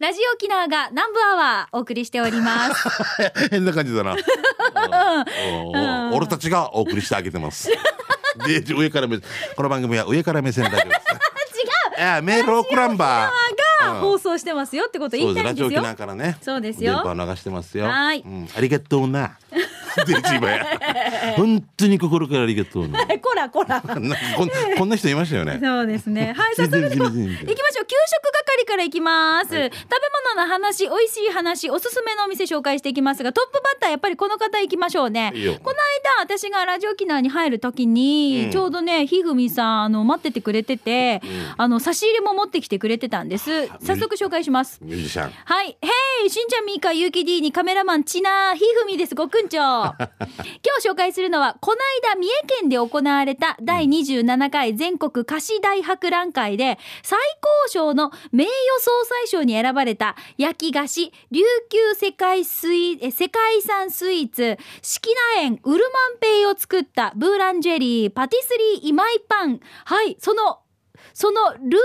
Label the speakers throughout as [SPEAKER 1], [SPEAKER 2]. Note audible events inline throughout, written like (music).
[SPEAKER 1] ラジオ沖縄が南部アワーお送りしており
[SPEAKER 2] (laughs)
[SPEAKER 1] ます。
[SPEAKER 2] 変な感じだな。うんうん俺たちがお送りしてあげて (laughs) ます。で上から目この番組は上から目線だけです。 (laughs) 違う。ええメール送らんば。
[SPEAKER 1] が放送してますよってこと
[SPEAKER 2] そ
[SPEAKER 1] 言
[SPEAKER 2] う
[SPEAKER 1] い
[SPEAKER 2] で
[SPEAKER 1] た
[SPEAKER 2] す
[SPEAKER 1] い
[SPEAKER 2] ラ
[SPEAKER 1] んで
[SPEAKER 2] ジオ
[SPEAKER 1] す
[SPEAKER 2] 沖
[SPEAKER 1] よ。
[SPEAKER 2] 縄からね。
[SPEAKER 1] そうですよ
[SPEAKER 2] 電波を流してますよ。
[SPEAKER 1] はい
[SPEAKER 2] うん、ありがとう (laughs) な。デジバや。本当に心からありがとうな。
[SPEAKER 1] (laughs) こらこら。
[SPEAKER 2] (laughs) なんかこんこんな人いましたよね。
[SPEAKER 1] そうですね。はい、早速行きましょう。給食係からいきます。食べ物の話、美味しい話、おすすめのお店紹介していきますが、トップバッターやっぱりこの方行きましょうね。
[SPEAKER 2] いいよ
[SPEAKER 1] この間、私がラジオ沖縄に入る時に、
[SPEAKER 2] うん
[SPEAKER 1] ちょうどね、ひぐみさん、あの、待っててくれてて、あの、差し入れも持ってきてくれてたんです。早速紹介します。
[SPEAKER 2] (laughs) ミュージシャン。
[SPEAKER 1] はい。ヘイしんちゃんみーかゆうき D にカメラマンちなひふみです。ごくんちょう。今日紹介するのは、この間三重県で行われた第27回全国菓子大博覧会で最高賞の名誉総裁賞に選ばれた焼き菓子、琉球世界スイえ世界遺産スイーツ、四季名園ウルマンペイを作ったブーランジェリー、パティスリー今井パン。はい、そのそのルーマン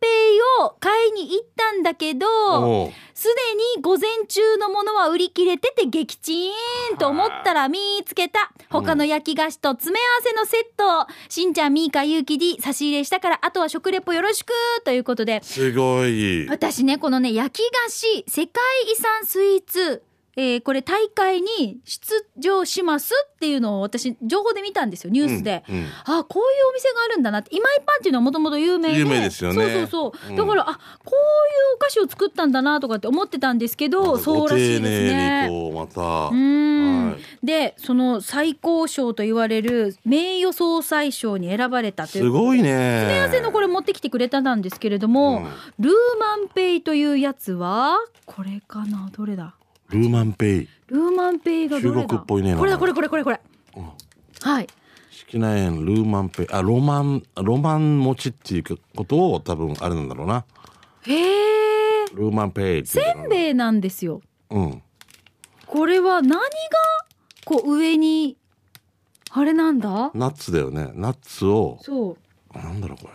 [SPEAKER 1] ペイを買いに行ったんだけど、
[SPEAKER 2] おう
[SPEAKER 1] すでに午前中のものは売り切れてて撃沈と思ったら見つけた。他の焼き菓子と詰め合わせのセットを、しんちゃん、みーか、ゆうき D 差し入れしたから、あとは食レポよろしくということで、
[SPEAKER 2] すごい。
[SPEAKER 1] 私ね、このね、焼き菓子、世界遺産スイーツ、えーこれ大会に出場しますっていうのを私、情報で見たんですよ、ニュースで。
[SPEAKER 2] うんうん
[SPEAKER 1] あこういうお店があるんだなって今井パンっていうのはもともと有名で
[SPEAKER 2] 有名ですよね
[SPEAKER 1] そうそうそう、
[SPEAKER 2] うん
[SPEAKER 1] だからあこういうお菓子を作ったんだなとかって思ってたんですけどそうらしいです
[SPEAKER 2] ご丁寧に
[SPEAKER 1] ね。
[SPEAKER 2] こうまた。
[SPEAKER 1] うーん
[SPEAKER 2] はい
[SPEAKER 1] でその最高賞と言われる名誉総裁賞に選ばれたとい
[SPEAKER 2] す
[SPEAKER 1] う
[SPEAKER 2] ごいね。
[SPEAKER 1] 組み合わせのこれ持ってきてくれたんですけれども、
[SPEAKER 2] うん
[SPEAKER 1] ルーマンペイというやつはこれかなどれだ
[SPEAKER 2] ルーマンペイ。
[SPEAKER 1] ルーマンペイがどれだ
[SPEAKER 2] 中国っぽいねなんか
[SPEAKER 1] これだこれこれこれこれ、
[SPEAKER 2] うん
[SPEAKER 1] はい
[SPEAKER 2] 式内園ルーマンペイ。あ、ロマン、ロマン餅っていうことを多分あれなんだろうな。
[SPEAKER 1] へえ
[SPEAKER 2] ルーマンペイっていうのかな。
[SPEAKER 1] せんべいなんですよ
[SPEAKER 2] うん。
[SPEAKER 1] これは何がこう上にあれなんだ
[SPEAKER 2] ナッツだよね。ナッツを。
[SPEAKER 1] そう
[SPEAKER 2] なんだろうこ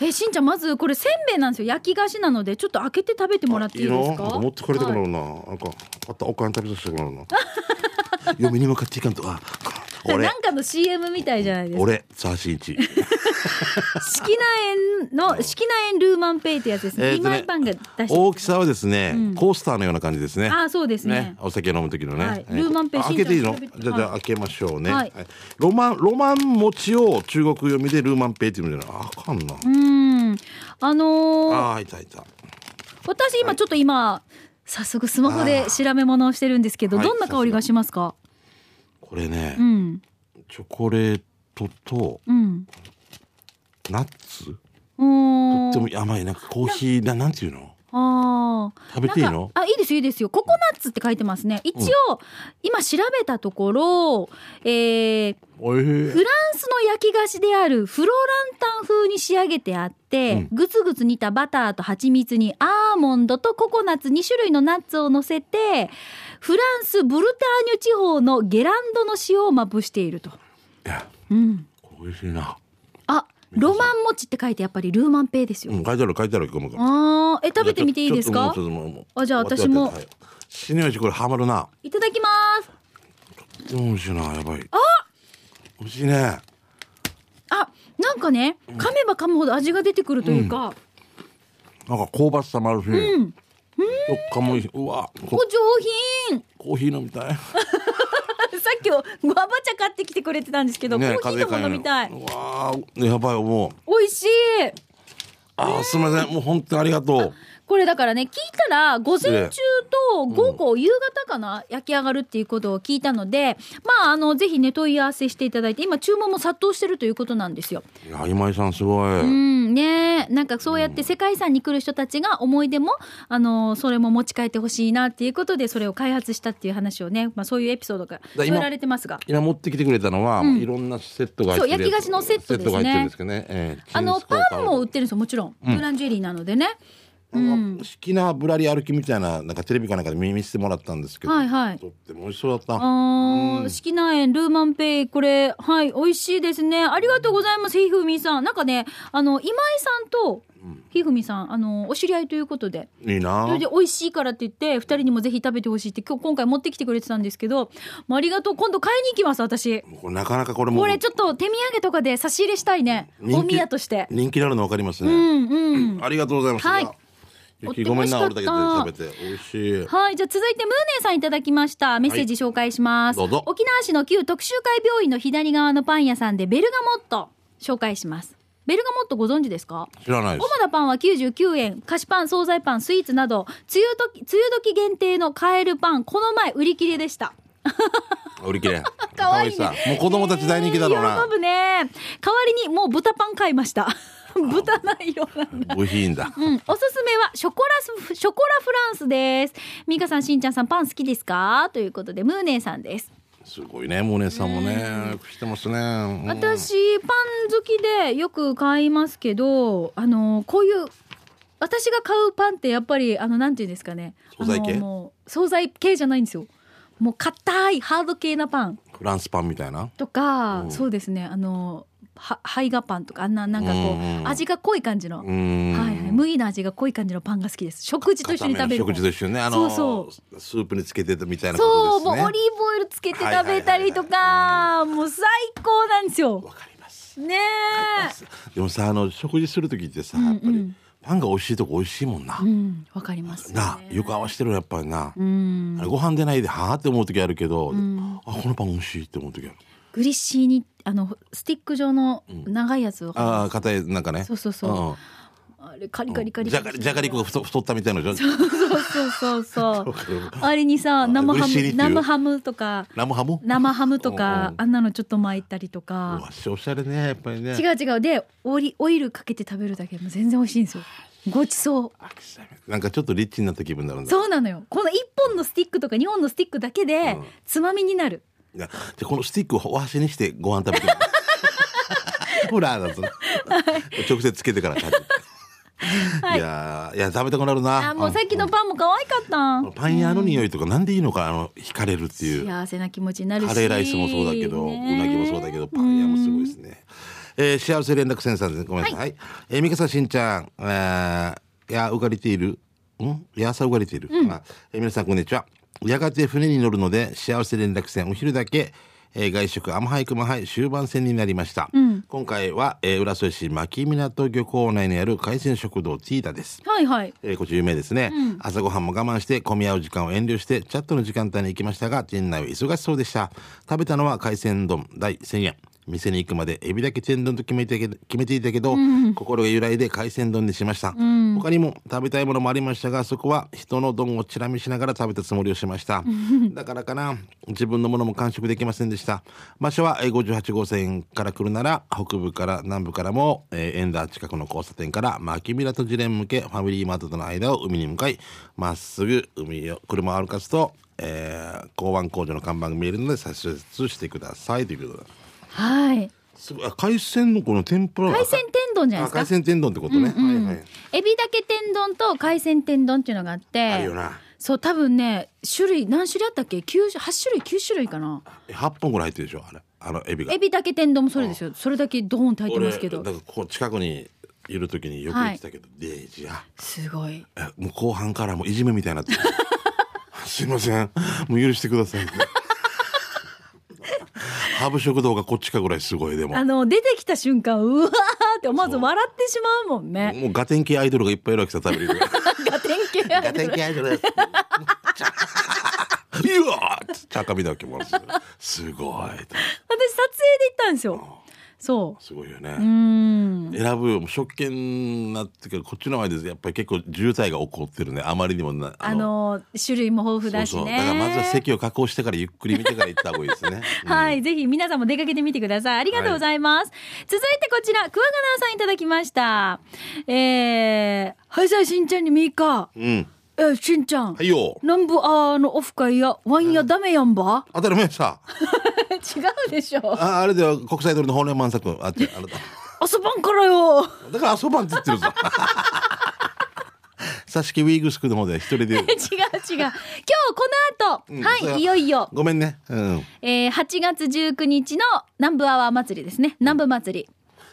[SPEAKER 2] れ。
[SPEAKER 1] えしんちゃんまずこれせんべいなんですよ焼き菓子なのでちょっと開けて食べてもらっていいですか
[SPEAKER 2] のなんか持ってこれてくな
[SPEAKER 1] はい
[SPEAKER 2] るな。なんかあったお金食べさせてくなる
[SPEAKER 1] (laughs)
[SPEAKER 2] な。嫁に向かっていかんと。あ、俺
[SPEAKER 1] な。んかの CM みたいじゃないですか
[SPEAKER 2] 俺、サーシイチ。
[SPEAKER 1] 四季内園の四季内園ルーマンペイってやつですね
[SPEAKER 2] えーと
[SPEAKER 1] 今
[SPEAKER 2] ね
[SPEAKER 1] 井パンが出して
[SPEAKER 2] 大きさはですね、
[SPEAKER 1] うん
[SPEAKER 2] コースターのような感じですね。
[SPEAKER 1] ああそうですね
[SPEAKER 2] お酒飲む時のね。
[SPEAKER 1] はい
[SPEAKER 2] え
[SPEAKER 1] ルーマンペ
[SPEAKER 2] あ
[SPEAKER 1] シン
[SPEAKER 2] 開けていいの？
[SPEAKER 1] ちゃんと
[SPEAKER 2] じゃあじゃ
[SPEAKER 1] は
[SPEAKER 2] あ開けましょうね。
[SPEAKER 1] はい
[SPEAKER 2] はいロマンロマン餅を中国読みでルーマンペイって言うんじゃない？ああかんな。
[SPEAKER 1] うーんあのー
[SPEAKER 2] ああ入った入った。
[SPEAKER 1] 私今ちょっと今早速スマホで調べ物をしてるんですけど
[SPEAKER 2] はい
[SPEAKER 1] どんな香りがしますか
[SPEAKER 2] これね、
[SPEAKER 1] うん
[SPEAKER 2] チョコレートと
[SPEAKER 1] うん
[SPEAKER 2] ナッツ。
[SPEAKER 1] うー
[SPEAKER 2] と
[SPEAKER 1] ん
[SPEAKER 2] っても甘いなんかコーヒーななんていうの？
[SPEAKER 1] ああ
[SPEAKER 2] 食べていい
[SPEAKER 1] なん
[SPEAKER 2] の
[SPEAKER 1] か？あいいですよいいですよココナッツって書いてますね一応、今調べたところ、えー
[SPEAKER 2] おいし
[SPEAKER 1] フ
[SPEAKER 2] い。
[SPEAKER 1] ランスの焼き菓子であるフロランタン風に仕上げてあって、
[SPEAKER 2] うん
[SPEAKER 1] ぐつぐつ煮たバターと蜂蜜にアーモンドとココナッツ2種類のナッツを乗せてフランスブルターニュ地方のゲランドの塩をまぶしていると、
[SPEAKER 2] いや、
[SPEAKER 1] うん、
[SPEAKER 2] これ美味しいな。
[SPEAKER 1] あロマン餅って書いてやっぱりルーマンペイですよ、
[SPEAKER 2] うん書いてある書いてあるごめんごめん
[SPEAKER 1] あーえ食べてみていいですか
[SPEAKER 2] ちょっともうちょっともう
[SPEAKER 1] あじゃあ
[SPEAKER 2] 待って
[SPEAKER 1] 私も
[SPEAKER 2] 待ってはい死ぬよしこれハマるな。
[SPEAKER 1] いただきます
[SPEAKER 2] でも美味しいな、やばい。あ美味しいね。
[SPEAKER 1] あなんかね噛めば噛むほど味が出てくるというか、
[SPEAKER 2] なんか香ばしさもあるし。うん。食感もいいし。うわ、
[SPEAKER 1] お
[SPEAKER 2] こ
[SPEAKER 1] 上品 (laughs)
[SPEAKER 2] コーヒー飲みたい。
[SPEAKER 1] さっきおグアバ茶買ってきてくれてたんですけど、コーヒーとか飲みたい
[SPEAKER 2] 風邪かいなうわー、やばい、もう。
[SPEAKER 1] 美味しい
[SPEAKER 2] あー、すみません、もう本当にありがと
[SPEAKER 1] これだからね聞いたら午前中と午後、夕方かな焼き上がるっていうことを聞いたのでまああのぜひね問い合わせしていただいて今注文も殺到してるということなんですよ。
[SPEAKER 2] う。いや、今井さん、すご
[SPEAKER 1] う
[SPEAKER 2] い。
[SPEAKER 1] んねえなんかそうやって世界遺産に来る人たちが思い出も、あのそれも持ち帰ってほしいなっていうことでそれを開発したっていう話をね、まあ、そういうエピソードが
[SPEAKER 2] 今
[SPEAKER 1] 添えられてますが。
[SPEAKER 2] 今持ってきてくれたのは、いろんなセットが入ってるやつ。
[SPEAKER 1] そう焼き菓子のセットですね
[SPEAKER 2] セットが入ってるんですけどね。えー
[SPEAKER 1] あのパンも売っ。てるんですよもちろん、ブランジェリーなのでね、
[SPEAKER 2] なんか好きなぶらり歩きみたいななんかテレビかなんかで見見せてもらったんですけど、
[SPEAKER 1] はいはい
[SPEAKER 2] とっても美味しそうだった
[SPEAKER 1] あ
[SPEAKER 2] う
[SPEAKER 1] ー、
[SPEAKER 2] ん
[SPEAKER 1] 四季苗園ルーマンペイ、これ、はい、美味しいですね。ありがとうございます、ひふみさん。なんかね、あの、今井さんと、ひふみさん、あの、お知り合いということで。
[SPEAKER 2] いいな
[SPEAKER 1] それで美味しいからって言って、二人にもぜひ食べてほしいって、今日、今回持ってきてくれてたんですけど、もうありがとう。今度買いに行きます、私。
[SPEAKER 2] もうこれなかなかこれも
[SPEAKER 1] これちょっと手土産とかで差し入れしたいね。
[SPEAKER 2] 人気
[SPEAKER 1] お宮として。
[SPEAKER 2] 人気なるの分かりますね、
[SPEAKER 1] うんうん。
[SPEAKER 2] ありがとうございます、
[SPEAKER 1] はい
[SPEAKER 2] や雪ごめんな
[SPEAKER 1] とっ
[SPEAKER 2] 俺
[SPEAKER 1] て
[SPEAKER 2] だ
[SPEAKER 1] も美味し
[SPEAKER 2] け
[SPEAKER 1] かった
[SPEAKER 2] 食べて美味しい
[SPEAKER 1] はい、じゃあ続いてムーネンさんいただきました。メッセージ紹介します。
[SPEAKER 2] どうぞ
[SPEAKER 1] 沖縄市の旧特集会病院の左側のパン屋さんでベルガモット紹介します。ベルガモットご存知ですか
[SPEAKER 2] 知らないです
[SPEAKER 1] 主なパンは99円、菓子パン、惣菜パン、スイーツなど、梅雨時、梅雨時限定のカエルパン、この前売り切れでした。
[SPEAKER 2] 売り切
[SPEAKER 1] (laughs)
[SPEAKER 2] れ
[SPEAKER 1] 可愛いね
[SPEAKER 2] 可さもう子供たち大人気だろう
[SPEAKER 1] ねえ
[SPEAKER 2] な
[SPEAKER 1] 喜ぶね。代わりにもう豚パン買いま
[SPEAKER 2] (laughs)
[SPEAKER 1] した。豚ないようなんだ
[SPEAKER 2] 美味しいんだ
[SPEAKER 1] うん、おすすめはショコラス、ショコラフランスです。ミカさん、しんちゃんさん、パン好きですかということで、ムーネーさんです。
[SPEAKER 2] すごいねもうねさんもねよくしてますね、うん
[SPEAKER 1] 私、パン好きでよく買いますけど、あの、こういう、私が買うパンってやっぱり、あの、なんていうんですかね。
[SPEAKER 2] 惣菜系
[SPEAKER 1] あのもう、惣菜系じゃないんですよ。もう、硬い、ハード系なパン
[SPEAKER 2] フランスパンみたいな
[SPEAKER 1] とか、
[SPEAKER 2] うん
[SPEAKER 1] そうですね、あの、は、胚芽パンとか、あんな、なんかこ
[SPEAKER 2] うんう
[SPEAKER 1] う、
[SPEAKER 2] ん
[SPEAKER 1] 味が濃い感じの。
[SPEAKER 2] う
[SPEAKER 1] はい
[SPEAKER 2] ん
[SPEAKER 1] はい、麦の味が濃い感じのパンが好きです。食事と一緒に食べる
[SPEAKER 2] 食事と一緒にねあの
[SPEAKER 1] そう
[SPEAKER 2] スープにつけてたみたいなこ
[SPEAKER 1] そう、もう
[SPEAKER 2] とですね
[SPEAKER 1] オリーブオイルつけて食べたりとか、もう最高なんですよ。
[SPEAKER 2] わかります
[SPEAKER 1] ね
[SPEAKER 2] でもさあの食事する時ってさ、
[SPEAKER 1] うんうん
[SPEAKER 2] やっぱりパンが美味しいとこ美味しいもんな、
[SPEAKER 1] え。うん、わかります、ね。
[SPEAKER 2] なあよく合わせてるやっぱりな、
[SPEAKER 1] うん
[SPEAKER 2] あれ、ご飯出ないではあって思う時あるけど、
[SPEAKER 1] ん
[SPEAKER 2] あこのパン美味しいって思う時ある
[SPEAKER 1] グリッシーに、あの、スティック状の長いやつを。
[SPEAKER 2] ああ硬いなんかね
[SPEAKER 1] そうそうそうあれ、カリカリカリ。
[SPEAKER 2] じゃがりじゃがりこが太太ったみたいなのじゃん
[SPEAKER 1] そうそうそうそう。
[SPEAKER 2] (laughs) そう
[SPEAKER 1] あれにさ、
[SPEAKER 2] れ
[SPEAKER 1] 生ハ
[SPEAKER 2] グリッシーニっ
[SPEAKER 1] ム、
[SPEAKER 2] ていう
[SPEAKER 1] 生ハムとか、
[SPEAKER 2] ラムハム
[SPEAKER 1] 生ハムと
[SPEAKER 2] うん
[SPEAKER 1] か
[SPEAKER 2] う、ん
[SPEAKER 1] あんなのちょっと巻いたりと
[SPEAKER 2] う
[SPEAKER 1] か。
[SPEAKER 2] わしおしゃれねやっぱりね
[SPEAKER 1] 違う違う、で、オリ、オイルかけて食べるだけでも全然美味しいんですよ。ごちそう。
[SPEAKER 2] なんかちょっとリッチになった気分になるんだ
[SPEAKER 1] そうなのよ。この一本のスティックとか二本のスティックだけで
[SPEAKER 2] うん
[SPEAKER 1] つまみになる。
[SPEAKER 2] いやじゃあこのスティックをお箸にしてご飯食べ
[SPEAKER 1] (laughs)
[SPEAKER 2] てみるほらだと、直接つけてから食べて、
[SPEAKER 1] (laughs) はい
[SPEAKER 2] い、やーいや食べたくなるな
[SPEAKER 1] あ、もうさっきのパンも可愛かった。
[SPEAKER 2] うんパン屋の匂いとかなんでいいのかあの惹かれるっていう
[SPEAKER 1] 幸せな気持ちになるし。
[SPEAKER 2] カレーライスもそうだけど、
[SPEAKER 1] ね
[SPEAKER 2] うなぎもそうだけど、パン屋もすごいですね。えー、幸せ連絡センサーです。ごめんなさい。はい、えー、ミカさん、しんちゃん、えー、いや、浮かれている。んいや、朝浮かれている。あえー皆さん、こんにちは。やがて船に乗るので、幸せ連絡船、お昼だけ、えー外食、アマハイクマハイ終盤戦になりました。今回は、えー、浦添市牧港漁港内にある海鮮食堂ティータです。
[SPEAKER 1] はいはい。
[SPEAKER 2] えーこちら有名ですね、朝ごはんも我慢して混み合う時間を遠慮してチャットの時間帯に行きましたが店内は忙しそうでした食べたのは海鮮丼第1000円店に行くまでエビだけ天丼と決めていたけど決めていたけど、心が揺らいで海鮮丼にしました、他にも食べたいものもありましたがそこは人の丼をチラ見しながら食べたつもりをしましただからかな自分のものも完食できませんでした場所はえー58号線から来るなら北部から南部からも、えーエンダー近くの交差点から牧港自連向けファミリーマートとの間を海に向かいまっすぐ海を車を歩かすと、えー港湾工場の看板が見えるので左折してくださいということだ
[SPEAKER 1] はい。
[SPEAKER 2] すごいあ海鮮のこの天ぷら
[SPEAKER 1] 海鮮天丼じゃない
[SPEAKER 2] あ
[SPEAKER 1] で
[SPEAKER 2] 海
[SPEAKER 1] すか。
[SPEAKER 2] 鮮天丼ってことね、はいはい
[SPEAKER 1] エビだけ天丼と海鮮天丼っていうのがあって。
[SPEAKER 2] あるよな
[SPEAKER 1] そう、多分ね、種類何種類あったっけ？九種八種類九種類かな。
[SPEAKER 2] 8本ぐらい入ってるでしょあれあのエビが
[SPEAKER 1] エビだけ天丼もそれですよ。それだけドーンって入って
[SPEAKER 2] 俺
[SPEAKER 1] ますけど
[SPEAKER 2] だ。からこう近くにいる時によく言ってたけど、デイジや
[SPEAKER 1] すごい。
[SPEAKER 2] えもう後半からもういじめみたいになって (laughs) るすいませんもう許してく (laughs) ださいハブ食堂がこっちかぐらいすごいでも
[SPEAKER 1] あの出てきた瞬間うわーって思わず笑ってしまうもんね。
[SPEAKER 2] もうガテン系アイドルがいっぱいいるわけさ食べれる
[SPEAKER 1] ガテン系アイド
[SPEAKER 2] (laughs) ガテ
[SPEAKER 1] ル
[SPEAKER 2] ン系アイドル (laughs) ですいやーちゃかみだわけもあるんですよすごい
[SPEAKER 1] 私撮影で行ったんですよ。そ
[SPEAKER 2] すごいよ
[SPEAKER 1] う。う
[SPEAKER 2] ね
[SPEAKER 1] ん。
[SPEAKER 2] 選ぶ職権になってからこっちの前でやっぱり結構渋滞が起こってるねあまりにもな
[SPEAKER 1] あの種類も豊富だしね。
[SPEAKER 2] そうそうだからまずは席を確保してからゆっくり見てから行った方がいいです (laughs) ね、うん
[SPEAKER 1] はい、ぜひ皆さんも出かけてみてください。ありがとうございます。続いてこちら、クワガナーさんいただきました。えー、はいさいしんちゃんにみーか。
[SPEAKER 2] うん
[SPEAKER 1] えー、しんちゃん。
[SPEAKER 2] はいよ
[SPEAKER 1] 南部あーのオフ会やワインやダメやん
[SPEAKER 2] (laughs)
[SPEAKER 1] ば、
[SPEAKER 2] 当たり前さ
[SPEAKER 1] 違うでしょ。
[SPEAKER 2] ああれでは国際通りの法然満作あっちあれだ
[SPEAKER 1] (laughs) 遊ばんからよ。
[SPEAKER 2] (laughs) だから遊ばんって言ってるぞ挿し木ウィーグスクの方で一人
[SPEAKER 1] 違
[SPEAKER 2] で
[SPEAKER 1] う違う今日この後、
[SPEAKER 2] うんそれ
[SPEAKER 1] は
[SPEAKER 2] はい
[SPEAKER 1] いいよいよ、
[SPEAKER 2] ごめんねうん
[SPEAKER 1] えー、8月19日の南部アワー祭りですね南部祭り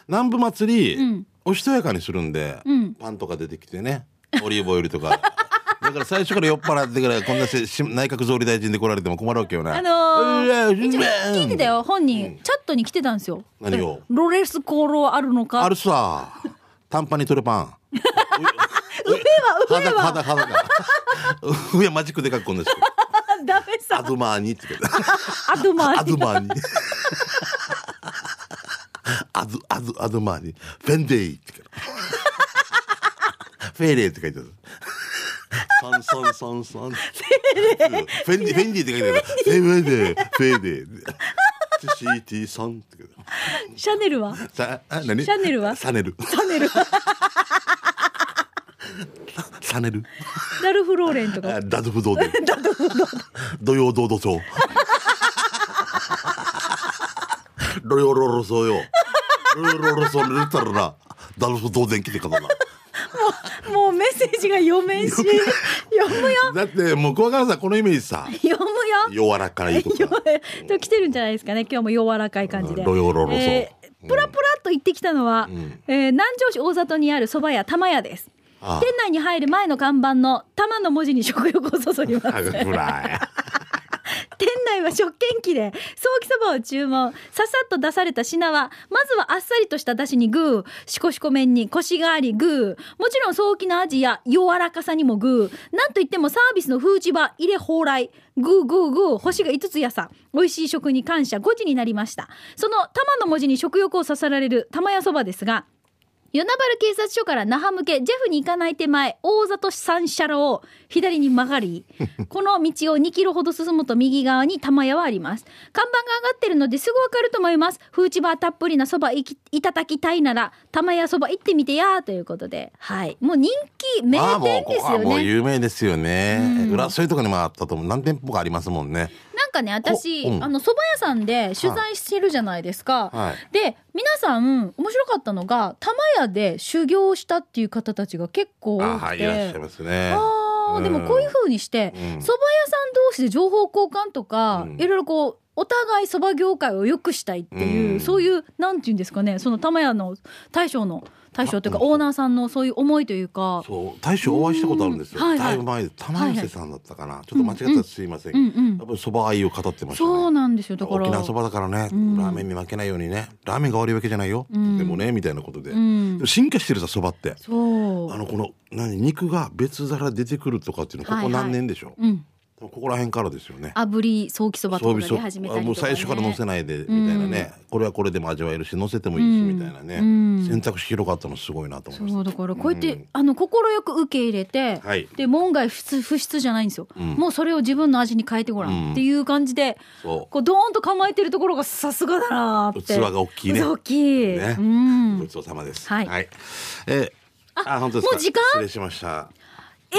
[SPEAKER 2] 南部祭り、
[SPEAKER 1] うん
[SPEAKER 2] おしとやかにするんで、
[SPEAKER 1] うん
[SPEAKER 2] パンとか出てきてねオリーブオイルとかだから最初から酔っ払ってからこんなせし内閣総理大臣で来られても困るわけよね
[SPEAKER 1] あのー、
[SPEAKER 2] うわ
[SPEAKER 1] 一応聞いてたよ本人、
[SPEAKER 2] うん
[SPEAKER 1] チャットに来てたんですよ
[SPEAKER 2] 何を
[SPEAKER 1] ロレス功労あるのか
[SPEAKER 2] あるさ短パンにトレ (laughs) パン
[SPEAKER 1] 上は上
[SPEAKER 2] 肌
[SPEAKER 1] は
[SPEAKER 2] 肌肌が (laughs) 上マジックで書くこ (laughs) んなし
[SPEAKER 1] (laughs) ダメ
[SPEAKER 2] ア
[SPEAKER 1] さ
[SPEAKER 2] ドマーニって言って
[SPEAKER 1] アドマ
[SPEAKER 2] ア
[SPEAKER 1] ー
[SPEAKER 2] ド
[SPEAKER 1] ニ
[SPEAKER 2] マー (laughs) ニアドアドアドマーニフェンデイって書いてあるフェーレイって書いてあるソンソンソンソンフェンディフェンディって書いてあるフェンディフェンディシーティーソンって書いてある
[SPEAKER 1] シャネルは
[SPEAKER 2] さあ何
[SPEAKER 1] シャネルは
[SPEAKER 2] サネル
[SPEAKER 1] シャネル
[SPEAKER 2] (laughs) サネル
[SPEAKER 1] ダルフローレンとか
[SPEAKER 2] あダドフ
[SPEAKER 1] (laughs)
[SPEAKER 2] ドーデ土曜堂々町ロヨロロソよロヨロロソルタルなダルフドーデン来てかだな
[SPEAKER 1] もうメッセージが読めんし読むよ
[SPEAKER 2] だってもう怖がらさこのイメージさ
[SPEAKER 1] 読むよ
[SPEAKER 2] 弱らからい
[SPEAKER 1] (laughs)
[SPEAKER 2] いとか
[SPEAKER 1] と来てるんじゃないですかね今日も柔らかい感じで、
[SPEAKER 2] ロヨロロソ
[SPEAKER 1] えープラプラっと行ってきたのは、
[SPEAKER 2] ん
[SPEAKER 1] えー南城市大里にある蕎麦屋玉屋です
[SPEAKER 2] ああ
[SPEAKER 1] 店内に入る前の看板の玉の文字に食欲をそそります
[SPEAKER 2] あぐら
[SPEAKER 1] 店内は食券機で早期そばを注文さっさっと出された品はまずはあっさりとした出汁にグーしこしこ麺にコシがありグーもちろん早期の味や柔らかさにもグーなんといってもサービスの風地場入れ放来グーグーグー星が5つやさ美味しい食に感謝5時になりましたその玉の文字に食欲をささられる玉屋そばですが与那原警察署から那覇向けジェフに行かない手前大里三車路を左に曲がり
[SPEAKER 2] (laughs)
[SPEAKER 1] この道を2キロほど進むと右側に玉屋はあります看板が上がってるのですぐわかると思いますフーチバーたっぷりなそばいきいただきたいなら玉屋そば行ってみてやーということではいもう人気名
[SPEAKER 2] まあもう
[SPEAKER 1] 店
[SPEAKER 2] こ
[SPEAKER 1] です
[SPEAKER 2] こは
[SPEAKER 1] よ
[SPEAKER 2] もう
[SPEAKER 1] ね
[SPEAKER 2] 有名ですよね裏添いとかにもあったと思う何店舗かありますもんね
[SPEAKER 1] なんかね私、
[SPEAKER 2] こうん
[SPEAKER 1] あの蕎麦屋さんで取材してるじゃないですか、
[SPEAKER 2] はい
[SPEAKER 1] で皆さん面白かったのが玉屋で修行したっていう方たちが結構多
[SPEAKER 2] あ
[SPEAKER 1] く
[SPEAKER 2] はいい
[SPEAKER 1] て
[SPEAKER 2] らっしゃいますね
[SPEAKER 1] あー
[SPEAKER 2] うん
[SPEAKER 1] でもこういう風にして、
[SPEAKER 2] うん
[SPEAKER 1] 蕎麦屋さん同士で情報交換とか、
[SPEAKER 2] うん
[SPEAKER 1] いろいろこうお互い蕎麦業界を良くしたいっていう、
[SPEAKER 2] うん
[SPEAKER 1] そういうなんていうんですかねその玉屋の大将の大将というか
[SPEAKER 2] あうん
[SPEAKER 1] オーナーさんのそういう思いというか
[SPEAKER 2] そう大将お会いしたことあるんですよ、
[SPEAKER 1] うんはいはい
[SPEAKER 2] だいぶ前で玉寄せさんだったかな、ちょっと間違ったらすいません、
[SPEAKER 1] うんうん
[SPEAKER 2] やっぱりそば愛を語ってましたね
[SPEAKER 1] そうなんですよだから
[SPEAKER 2] 沖縄そばだからね、
[SPEAKER 1] うん
[SPEAKER 2] ラーメンに負けないようにねラーメンが悪いわけじゃないよ、
[SPEAKER 1] ん
[SPEAKER 2] でもねみたいなことで,、
[SPEAKER 1] うん
[SPEAKER 2] でも進化してるさそばって
[SPEAKER 1] そう
[SPEAKER 2] あのこの何肉が別皿出てくるとかっていうのこ
[SPEAKER 1] はいは
[SPEAKER 2] こ
[SPEAKER 1] い
[SPEAKER 2] 何年でしょう、
[SPEAKER 1] うん
[SPEAKER 2] ここら辺からですよね
[SPEAKER 1] 炙り早期そばとかが出始めた
[SPEAKER 2] あ
[SPEAKER 1] りとか、ね、
[SPEAKER 2] もう最初から乗せないでみたいなね、これはこれでも味わえるし乗せてもいいし、
[SPEAKER 1] うん
[SPEAKER 2] みたいなね、
[SPEAKER 1] うん
[SPEAKER 2] 選択肢広がったのすごいなと思いました
[SPEAKER 1] そうだからこうやって、
[SPEAKER 2] うん
[SPEAKER 1] あの快く受け入れて、
[SPEAKER 2] はい
[SPEAKER 1] で門外不出不出じゃないんですよ、
[SPEAKER 2] うん
[SPEAKER 1] もうそれを自分の味に変えてごらん、
[SPEAKER 2] うん
[SPEAKER 1] っていう感じで
[SPEAKER 2] そう
[SPEAKER 1] こうドーンと構えてるところがさすがだなーって
[SPEAKER 2] 器が大きいね
[SPEAKER 1] 器大きい、
[SPEAKER 2] ね
[SPEAKER 1] うん
[SPEAKER 2] ごちそうさまです。
[SPEAKER 1] はい
[SPEAKER 2] えーあ、本当ですか。
[SPEAKER 1] もう時間
[SPEAKER 2] 失礼しました。ええ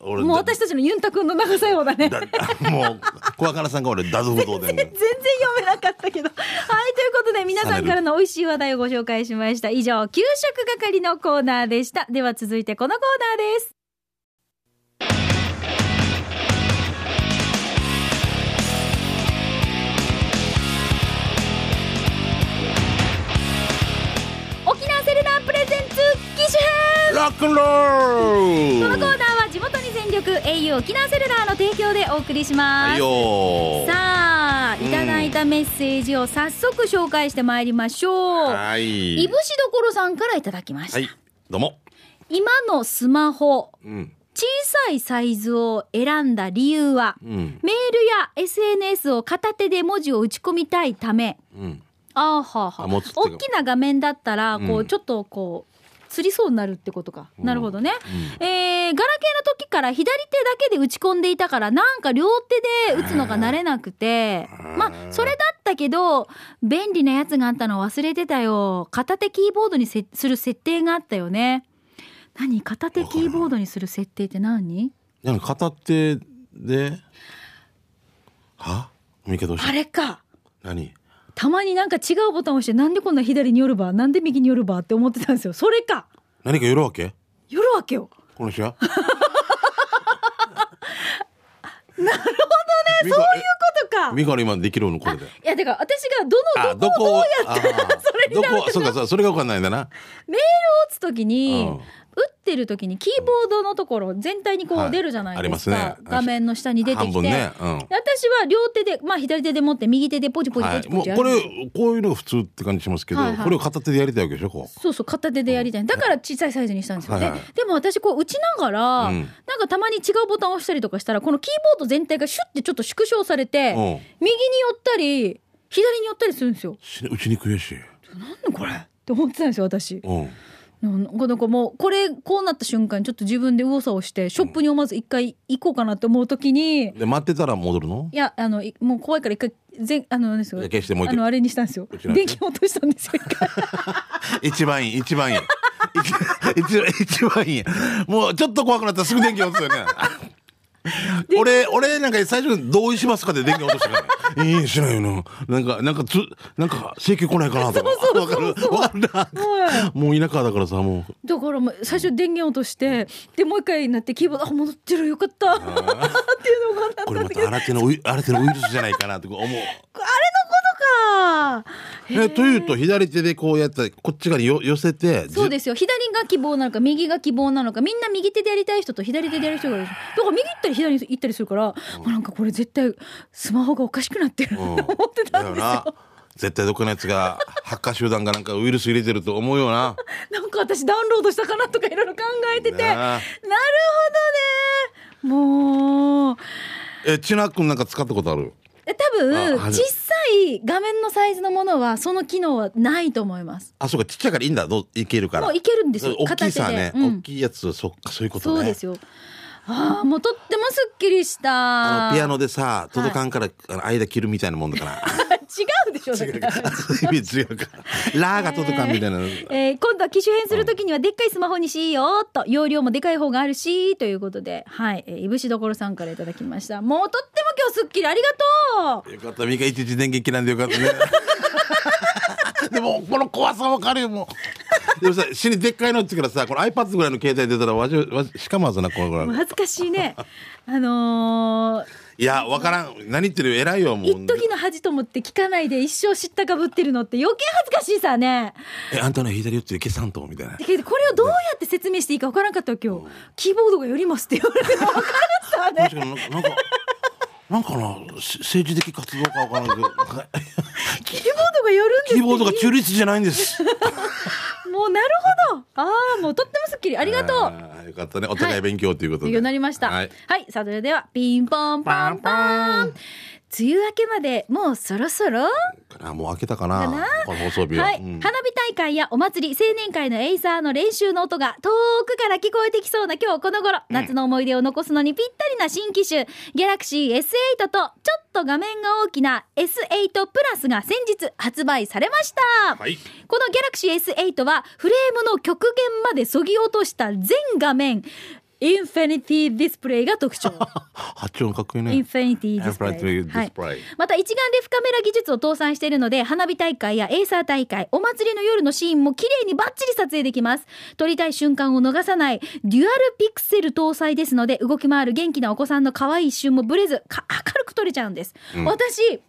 [SPEAKER 2] 俺
[SPEAKER 1] もう私たちのユンタ君の長さようだね
[SPEAKER 2] だだもう小若菜さんが俺ダズフドーデ
[SPEAKER 1] (laughs) 全
[SPEAKER 2] ン
[SPEAKER 1] 然
[SPEAKER 2] で。
[SPEAKER 1] 読めなかったけどはいということで皆さんからの美味しい話題をご紹介しました以上給食係のコーナーでしたでは続いてこのコーナーです沖縄セルラープレゼンツ機種編
[SPEAKER 2] ロックン
[SPEAKER 1] この
[SPEAKER 2] ロ
[SPEAKER 1] コ
[SPEAKER 2] ール。
[SPEAKER 1] ーナーは地元に全力 au 沖縄セルラーの提供でお送りしま
[SPEAKER 2] はい
[SPEAKER 1] す、
[SPEAKER 2] よー。
[SPEAKER 1] さあ
[SPEAKER 2] うん
[SPEAKER 1] いただいたメッセージを早速紹介してまいりましょう、
[SPEAKER 2] はい。
[SPEAKER 1] いぶしどころさんからいただきました、
[SPEAKER 2] はい。どうも。
[SPEAKER 1] 今のスマホ
[SPEAKER 2] うん
[SPEAKER 1] 小さいサイズを選んだ理由は、
[SPEAKER 2] うん
[SPEAKER 1] メールや SNS を片手で文字を打ち込みたいため
[SPEAKER 2] うん。
[SPEAKER 1] あーはーは
[SPEAKER 2] あ
[SPEAKER 1] ー
[SPEAKER 2] 持つってこと
[SPEAKER 1] 大きな画面だったらこう、
[SPEAKER 2] うん
[SPEAKER 1] ちょっとこうつりそうになるってことか、
[SPEAKER 2] うん
[SPEAKER 1] なるほどね、えーガラケーの時から左手だけで打ち込んでいたからなんか両手で打つのが慣れなくて
[SPEAKER 2] ー
[SPEAKER 1] まあそれだったけど便利なやつがあったの忘れてたよ片手キーボードにせする設定があったよね何片手キーボードにする設定って何
[SPEAKER 2] なんか片手で。は？ミケどうし
[SPEAKER 1] あ
[SPEAKER 2] た？
[SPEAKER 1] れか
[SPEAKER 2] 何？
[SPEAKER 1] たまになんか違うボタンを押してなんでこんな左に寄るばなんで右に寄るばって思ってたんですよそれか
[SPEAKER 2] 何か寄るわけ？
[SPEAKER 1] 寄るわけよ
[SPEAKER 2] この人
[SPEAKER 1] (laughs)
[SPEAKER 2] は
[SPEAKER 1] なるほどね
[SPEAKER 2] ミ
[SPEAKER 1] そ
[SPEAKER 2] カ
[SPEAKER 1] ういうことか
[SPEAKER 2] ミカの今できるのこれで
[SPEAKER 1] いやだから私がどのどこをどうやったら
[SPEAKER 2] あー
[SPEAKER 1] (laughs) それになる
[SPEAKER 2] どこそうかそうそれが分かんないんだな
[SPEAKER 1] メールを打つときに、
[SPEAKER 2] うん
[SPEAKER 1] 打ってるときにキーボードのところ全体にこ
[SPEAKER 2] は
[SPEAKER 1] う
[SPEAKER 2] い
[SPEAKER 1] 出るじゃないですか、
[SPEAKER 2] ありますね
[SPEAKER 1] 画面の下に出てき
[SPEAKER 2] 半
[SPEAKER 1] て、
[SPEAKER 2] 分ねうん
[SPEAKER 1] 私は両手でまあ左手で持って右手でポチポチ
[SPEAKER 2] は
[SPEAKER 1] ポ
[SPEAKER 2] い、
[SPEAKER 1] チ
[SPEAKER 2] も
[SPEAKER 1] ポ
[SPEAKER 2] う
[SPEAKER 1] チやる
[SPEAKER 2] これこういうのが普通って感じしますけど、
[SPEAKER 1] はいはい
[SPEAKER 2] これを片手でやりたいわけでしょこう
[SPEAKER 1] そうそう片手でやりたいだから小さいサイズにしたんですよね、
[SPEAKER 2] はいはい
[SPEAKER 1] でも私こう打ちながら、
[SPEAKER 2] うん
[SPEAKER 1] なんかたまに違うボタンを押したりとかしたらこのキーボード全体がシュッてちょっと縮小されて、
[SPEAKER 2] うん
[SPEAKER 1] 右に寄ったり左に寄ったりするんですよ
[SPEAKER 2] し打ちにくいし、
[SPEAKER 1] なんだこれって思ってたんですよ私
[SPEAKER 2] うん、
[SPEAKER 1] なんかなんかもうこれこうなった瞬間にちょっと自分で右往左往してショップに思わず一回行こうかなって思うときに、い
[SPEAKER 2] で待ってたら戻るの
[SPEAKER 1] やあのいもう怖いから一回全あのなんですよ
[SPEAKER 2] いや消してもう
[SPEAKER 1] あ
[SPEAKER 2] 一回
[SPEAKER 1] のあれにしたんですよ
[SPEAKER 2] うちなんで
[SPEAKER 1] 電気落としたんですよ一回
[SPEAKER 2] 一番いい一番いい (laughs) 一番一番いいもうちょっと怖くなったらすぐ電気落とすよね俺俺なんか最初に同意しますかで電気落とした
[SPEAKER 1] (laughs)
[SPEAKER 2] からねいいしないよななんかなんかつなんか請求来ないかなとかわかるわかるな
[SPEAKER 1] はい
[SPEAKER 2] (laughs) もう田舎だからさも
[SPEAKER 1] (laughs)
[SPEAKER 2] う
[SPEAKER 1] だからもう最初電源落としてでもう一回になってキーボードあ戻ってるよかったっていうのがなった
[SPEAKER 2] こ
[SPEAKER 1] ん
[SPEAKER 2] れ
[SPEAKER 1] だ
[SPEAKER 2] ま
[SPEAKER 1] けど
[SPEAKER 2] た新手のウイ新手のウイルスじゃないかなとか
[SPEAKER 1] (laughs)
[SPEAKER 2] 思
[SPEAKER 1] あ
[SPEAKER 2] う
[SPEAKER 1] れのことか
[SPEAKER 2] えというと左手でこうやったらこっち側によ寄せて
[SPEAKER 1] そう
[SPEAKER 2] す
[SPEAKER 1] ですよ左が希望なのか右が希望なのかみんな右手でやりたい人と左手でやる人がいるでしょだから右行ったり左行ったりするから、もうなんかこれ絶対スマホがおかしくなってるって思ってた
[SPEAKER 2] だ
[SPEAKER 1] ん
[SPEAKER 2] よ
[SPEAKER 1] ですよ、
[SPEAKER 2] な絶対どっかのやつがハッカー集団がなんかウイルス入れてると思うよな
[SPEAKER 1] なんか私ダウンロードしたかなとかいろいろ考えててな
[SPEAKER 2] なあ
[SPEAKER 1] るほどねもう
[SPEAKER 2] えちなくんなんか使ったことある
[SPEAKER 1] え多分
[SPEAKER 2] あ
[SPEAKER 1] 小
[SPEAKER 2] ある
[SPEAKER 1] さい画面のサイズのものはその機能はないと思います
[SPEAKER 2] あそうかちっちゃいからいいんだどういけるから
[SPEAKER 1] もういけるんですよ
[SPEAKER 2] 大きいさね
[SPEAKER 1] 片手でうん
[SPEAKER 2] 大きいやつそっかそういうことね
[SPEAKER 1] そうですよああもうとってもすっきりした
[SPEAKER 2] あのピアノでさ届かんから、あの間切るみたいなもんだから (laughs)
[SPEAKER 1] 違うでしょだから
[SPEAKER 2] 意味違うからラーが届かんみたいな、
[SPEAKER 1] (laughs) えー今度は機種変するときにはでっかいスマホにしようと容量もでかい方があるしということではい、えー、いぶしどころさんからいただきましたもうとっても今日すっきりありがとう
[SPEAKER 2] よかったミカいちいち電源切らんでよかったね (laughs) でもこの怖さわかるよもうでもさ死にでっかいのっちからさこの iPad ぐらいの携帯出たらわしわししかもあずなこのぐらい
[SPEAKER 1] もう
[SPEAKER 2] の
[SPEAKER 1] 恥ずかしい
[SPEAKER 2] (laughs)
[SPEAKER 1] ねあの
[SPEAKER 2] いやわからん何言ってる偉いよも
[SPEAKER 1] ー、
[SPEAKER 2] う
[SPEAKER 1] 一時の恥と思って聞かないで一生知ったかぶってるのって余計恥ずかしいさね
[SPEAKER 2] えあんたの左打ってる消さんとみたいな
[SPEAKER 1] だけどこれをどうやって説明していいか分からんかったわ今日キーボードがよりますって言われても分からんさね
[SPEAKER 2] 確かになんかなんかなんかなし政治的活動かわからんけどなんか
[SPEAKER 1] キーボードがよるんです
[SPEAKER 2] キ
[SPEAKER 1] って
[SPEAKER 2] ーボードが中立じゃないんです
[SPEAKER 1] もうなるほどああもうとってもすっきりありがとう
[SPEAKER 2] あーよかったねお互い勉強ということ
[SPEAKER 1] 勉
[SPEAKER 2] で、
[SPEAKER 1] 強になりました。は
[SPEAKER 2] はいい、
[SPEAKER 1] さあ、それでは、ピンポンパンパン。梅雨明けまでもうそろそろ、
[SPEAKER 2] あもう開けたか
[SPEAKER 1] か
[SPEAKER 2] な
[SPEAKER 1] な
[SPEAKER 2] この放送日は、
[SPEAKER 1] はい、
[SPEAKER 2] うん
[SPEAKER 1] 花火大会やお祭り青年会のエイサーの練習の音が遠くから聞こえてきそうな今日この頃、夏の思い出を残すのにぴったりな新機種ギャラクシー S8 とちょっと画面が大きな S8 プラスが先日発売されました、
[SPEAKER 2] はい
[SPEAKER 1] このギャラクシー S8 はフレームの極限までそぎ落とした全画面インフィニティディスプレイが特徴
[SPEAKER 2] 発音かっこいいね
[SPEAKER 1] インフィニティデ
[SPEAKER 2] ア
[SPEAKER 1] ィ
[SPEAKER 2] ン
[SPEAKER 1] ス
[SPEAKER 2] プ
[SPEAKER 1] プ
[SPEAKER 2] ライトデ
[SPEAKER 1] レイ。
[SPEAKER 2] ィスプレイ
[SPEAKER 1] また一眼レフカメラ技術を搭載しているので花火大会やエイサー大会お祭りの夜のシーンも綺麗にバッチリ撮影できます撮りたい瞬間を逃さないデュアルピクセル搭載ですので動き回る元気なお子さんの可愛い一瞬もブレずか明るく撮れちゃうんです、私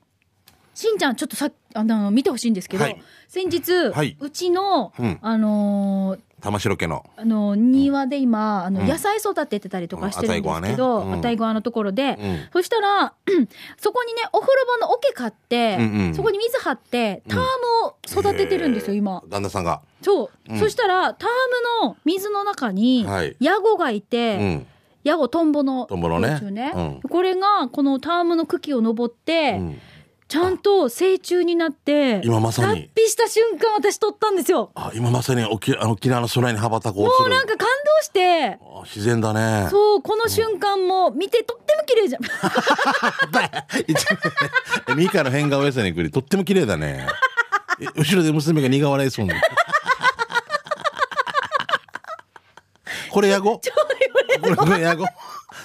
[SPEAKER 1] しんちゃんちょっとさあの見てほしいんですけど、
[SPEAKER 2] はい
[SPEAKER 1] 先日、
[SPEAKER 2] はいう
[SPEAKER 1] ちの、
[SPEAKER 2] うん
[SPEAKER 1] あのー
[SPEAKER 2] 玉城家の
[SPEAKER 1] あの庭で今あの
[SPEAKER 2] うん
[SPEAKER 1] 野菜育ててたりとかしてるんですけど、
[SPEAKER 2] うんアタイゴアねうん
[SPEAKER 1] アタイゴアのところで、
[SPEAKER 2] うん
[SPEAKER 1] そしたら (clears throat) そこにねお風呂場の桶買って、
[SPEAKER 2] うんうん
[SPEAKER 1] そこに水張ってタームを育ててるんですよ、今
[SPEAKER 2] 旦那さんが
[SPEAKER 1] そう、
[SPEAKER 2] うん
[SPEAKER 1] そしたらタームの水の中に
[SPEAKER 2] はい
[SPEAKER 1] ヤゴがいて、
[SPEAKER 2] うん
[SPEAKER 1] ヤゴトンボの
[SPEAKER 2] トンボのね
[SPEAKER 1] 幼虫
[SPEAKER 2] う
[SPEAKER 1] これがこのタームの茎を登って、
[SPEAKER 2] うん
[SPEAKER 1] ちゃんと成虫になって
[SPEAKER 2] 今まさ
[SPEAKER 1] 脱
[SPEAKER 2] に
[SPEAKER 1] 皮した瞬間私取ったんですよ
[SPEAKER 2] あ今まさに沖あの沖縄の空に羽ばたこう
[SPEAKER 1] も
[SPEAKER 2] す
[SPEAKER 1] う
[SPEAKER 2] る
[SPEAKER 1] なんか感動して
[SPEAKER 2] あ自然だね
[SPEAKER 1] そうこの瞬間も見てとっても綺麗じゃん
[SPEAKER 2] (laughs)
[SPEAKER 1] (laughs)
[SPEAKER 2] 一応ねえミカの変顔やさにくりとっても綺麗だねえ後ろで娘が苦笑いそうな (laughs) これ
[SPEAKER 1] (laughs)
[SPEAKER 2] ヤゴこれこれヤゴ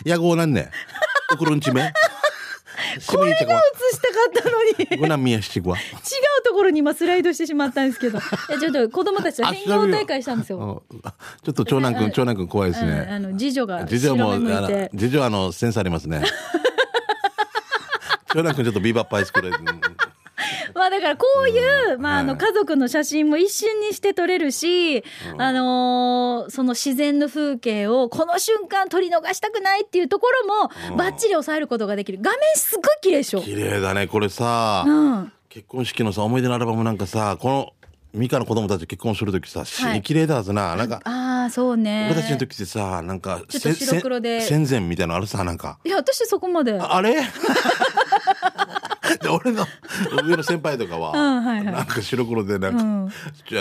[SPEAKER 2] ヤゴなんねおくるんちめ
[SPEAKER 1] これが映したかったのに違う
[SPEAKER 2] グナミヤシチグワ。
[SPEAKER 1] ところに今スライドしてしまったんですけど
[SPEAKER 2] (laughs)
[SPEAKER 1] いやちょっと子供たちと変顔大会したんですよ、
[SPEAKER 2] うん (laughs) ちょっと長男くん長男くん怖いです
[SPEAKER 1] うんあ
[SPEAKER 2] ね。
[SPEAKER 1] の次女が
[SPEAKER 2] 次女も
[SPEAKER 1] 白目向い
[SPEAKER 2] あの
[SPEAKER 1] て
[SPEAKER 2] 次女はあのセンスありますね。 (laughs) 長男くんちょっとビーバップアイスくらい。
[SPEAKER 1] まあだからこういう、まああの
[SPEAKER 2] はい
[SPEAKER 1] 家族の写真も一瞬にして撮れるし、あのーその自然の風景をこの瞬間撮り逃したくないっていうところもバッチリ抑えることができる画面すごい綺麗でしょ、
[SPEAKER 2] (laughs) 綺麗だねこれさ
[SPEAKER 1] う。ん、
[SPEAKER 2] 結婚式のさ思い出のアルバムなんかさこのミカの子供たち結婚する時さ死
[SPEAKER 1] はい
[SPEAKER 2] に綺麗だはずな、なんか
[SPEAKER 1] ああそうね
[SPEAKER 2] 俺たちの時ってさなんか
[SPEAKER 1] ちょっと白黒で
[SPEAKER 2] せせ戦前みたいなのあるさなんか
[SPEAKER 1] いや私そこまで
[SPEAKER 2] ああれ (laughs) で俺の上の先輩とかは、
[SPEAKER 1] うんはいはい
[SPEAKER 2] なんか白黒でなんか、
[SPEAKER 1] うん
[SPEAKER 2] あ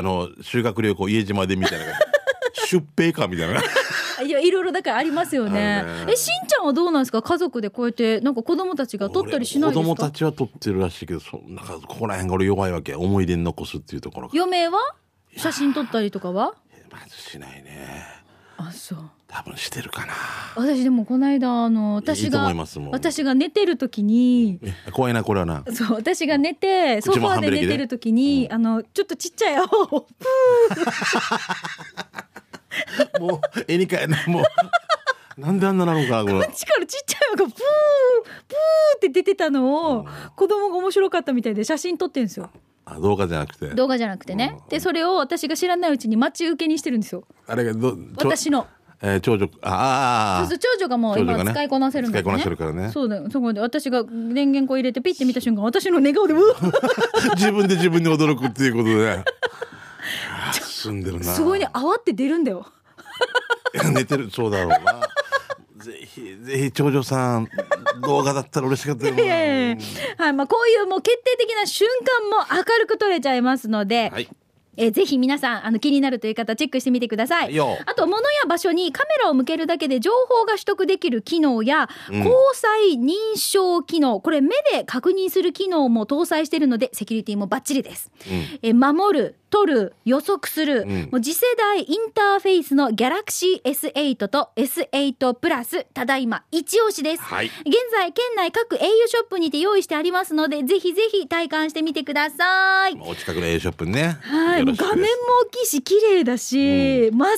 [SPEAKER 2] の修学旅行家島でみたいな感じ
[SPEAKER 1] (laughs)
[SPEAKER 2] 出兵かみたいな
[SPEAKER 1] いやいろいろだからありますよね
[SPEAKER 2] あるね
[SPEAKER 1] えしんちゃんはどうなんですか家族でこうやってなんか子供たちが撮ったりしないですか
[SPEAKER 2] 俺子供たちは撮ってるらしいけどそなんかここら辺が俺弱いわけ思い出に残すっていうところが
[SPEAKER 1] 余命は写真撮ったりとかは
[SPEAKER 2] まずしないね
[SPEAKER 1] あそう
[SPEAKER 2] 多分してるかな
[SPEAKER 1] 私でもこの間あの
[SPEAKER 2] い
[SPEAKER 1] 私
[SPEAKER 2] いと思
[SPEAKER 1] が
[SPEAKER 2] いますもん
[SPEAKER 1] 私が寝てる時に
[SPEAKER 2] 怖いなこれ
[SPEAKER 1] (laughs)
[SPEAKER 2] はな
[SPEAKER 1] そう私が寝てソ
[SPEAKER 2] 口
[SPEAKER 1] フ
[SPEAKER 2] も
[SPEAKER 1] ァー
[SPEAKER 2] 半
[SPEAKER 1] で
[SPEAKER 2] 開きで
[SPEAKER 1] 寝てる時に、あのちょっとちっちゃい青をプ
[SPEAKER 2] もう絵に描えないもう (laughs) なんであんななのかなこ
[SPEAKER 1] ー
[SPEAKER 2] れ
[SPEAKER 1] チからちっちゃい青がプープーって出てたのを子供が面白かったみたいで写真撮ってるんですよ
[SPEAKER 2] あ動画じゃなくて
[SPEAKER 1] 動画じゃなくてねでそれを私が知らないうちに待ち受けにしてるんですよ
[SPEAKER 2] あれがどちょ
[SPEAKER 1] 私の。
[SPEAKER 2] えー長女ああ
[SPEAKER 1] そうそう長女がもう
[SPEAKER 2] 長女が
[SPEAKER 1] 今
[SPEAKER 2] ね
[SPEAKER 1] 使いこなせるんだよ
[SPEAKER 2] 使いこなせるからね
[SPEAKER 1] そうだよそこで私が電源こう入れてピッて見た瞬間私の寝顔でうわ (laughs)
[SPEAKER 2] 自分で自分に驚くっていうことで進んでるな
[SPEAKER 1] すごいね泡って出るんだよ
[SPEAKER 2] (laughs) 寝てるそうだろうなぜひぜひ長女さん動画だったら嬉しかった
[SPEAKER 1] (laughs)
[SPEAKER 2] よ
[SPEAKER 1] いやいや
[SPEAKER 2] ない
[SPEAKER 1] やはいまあこういうもう決定的な瞬間も明るく撮れちゃいますので、
[SPEAKER 2] はい
[SPEAKER 1] えーぜひ皆さんあの気になるという方チェックしてみてくださ
[SPEAKER 2] はい
[SPEAKER 1] い。
[SPEAKER 2] よ
[SPEAKER 1] あと物や場所にカメラを向けるだけで情報が取得できる機能や、
[SPEAKER 2] うん
[SPEAKER 1] 交際認証機能これ目で確認する機能も搭載しているのでセキュリティもバッチリです。
[SPEAKER 2] うん
[SPEAKER 1] えー守る取る予測する、
[SPEAKER 2] うん
[SPEAKER 1] もう次世代インターフェイスの Galaxy S8 と S8 プラスただいま一押しです、
[SPEAKER 2] はい
[SPEAKER 1] 現在県内各 au ショップにて用意してありますのでぜひぜひ体感してみてください
[SPEAKER 2] まあお近くの A ショップにね
[SPEAKER 1] はい、
[SPEAKER 2] よ
[SPEAKER 1] もう
[SPEAKER 2] ろしく
[SPEAKER 1] 画面
[SPEAKER 2] で
[SPEAKER 1] も
[SPEAKER 2] す
[SPEAKER 1] 大きいし綺麗だし、ますま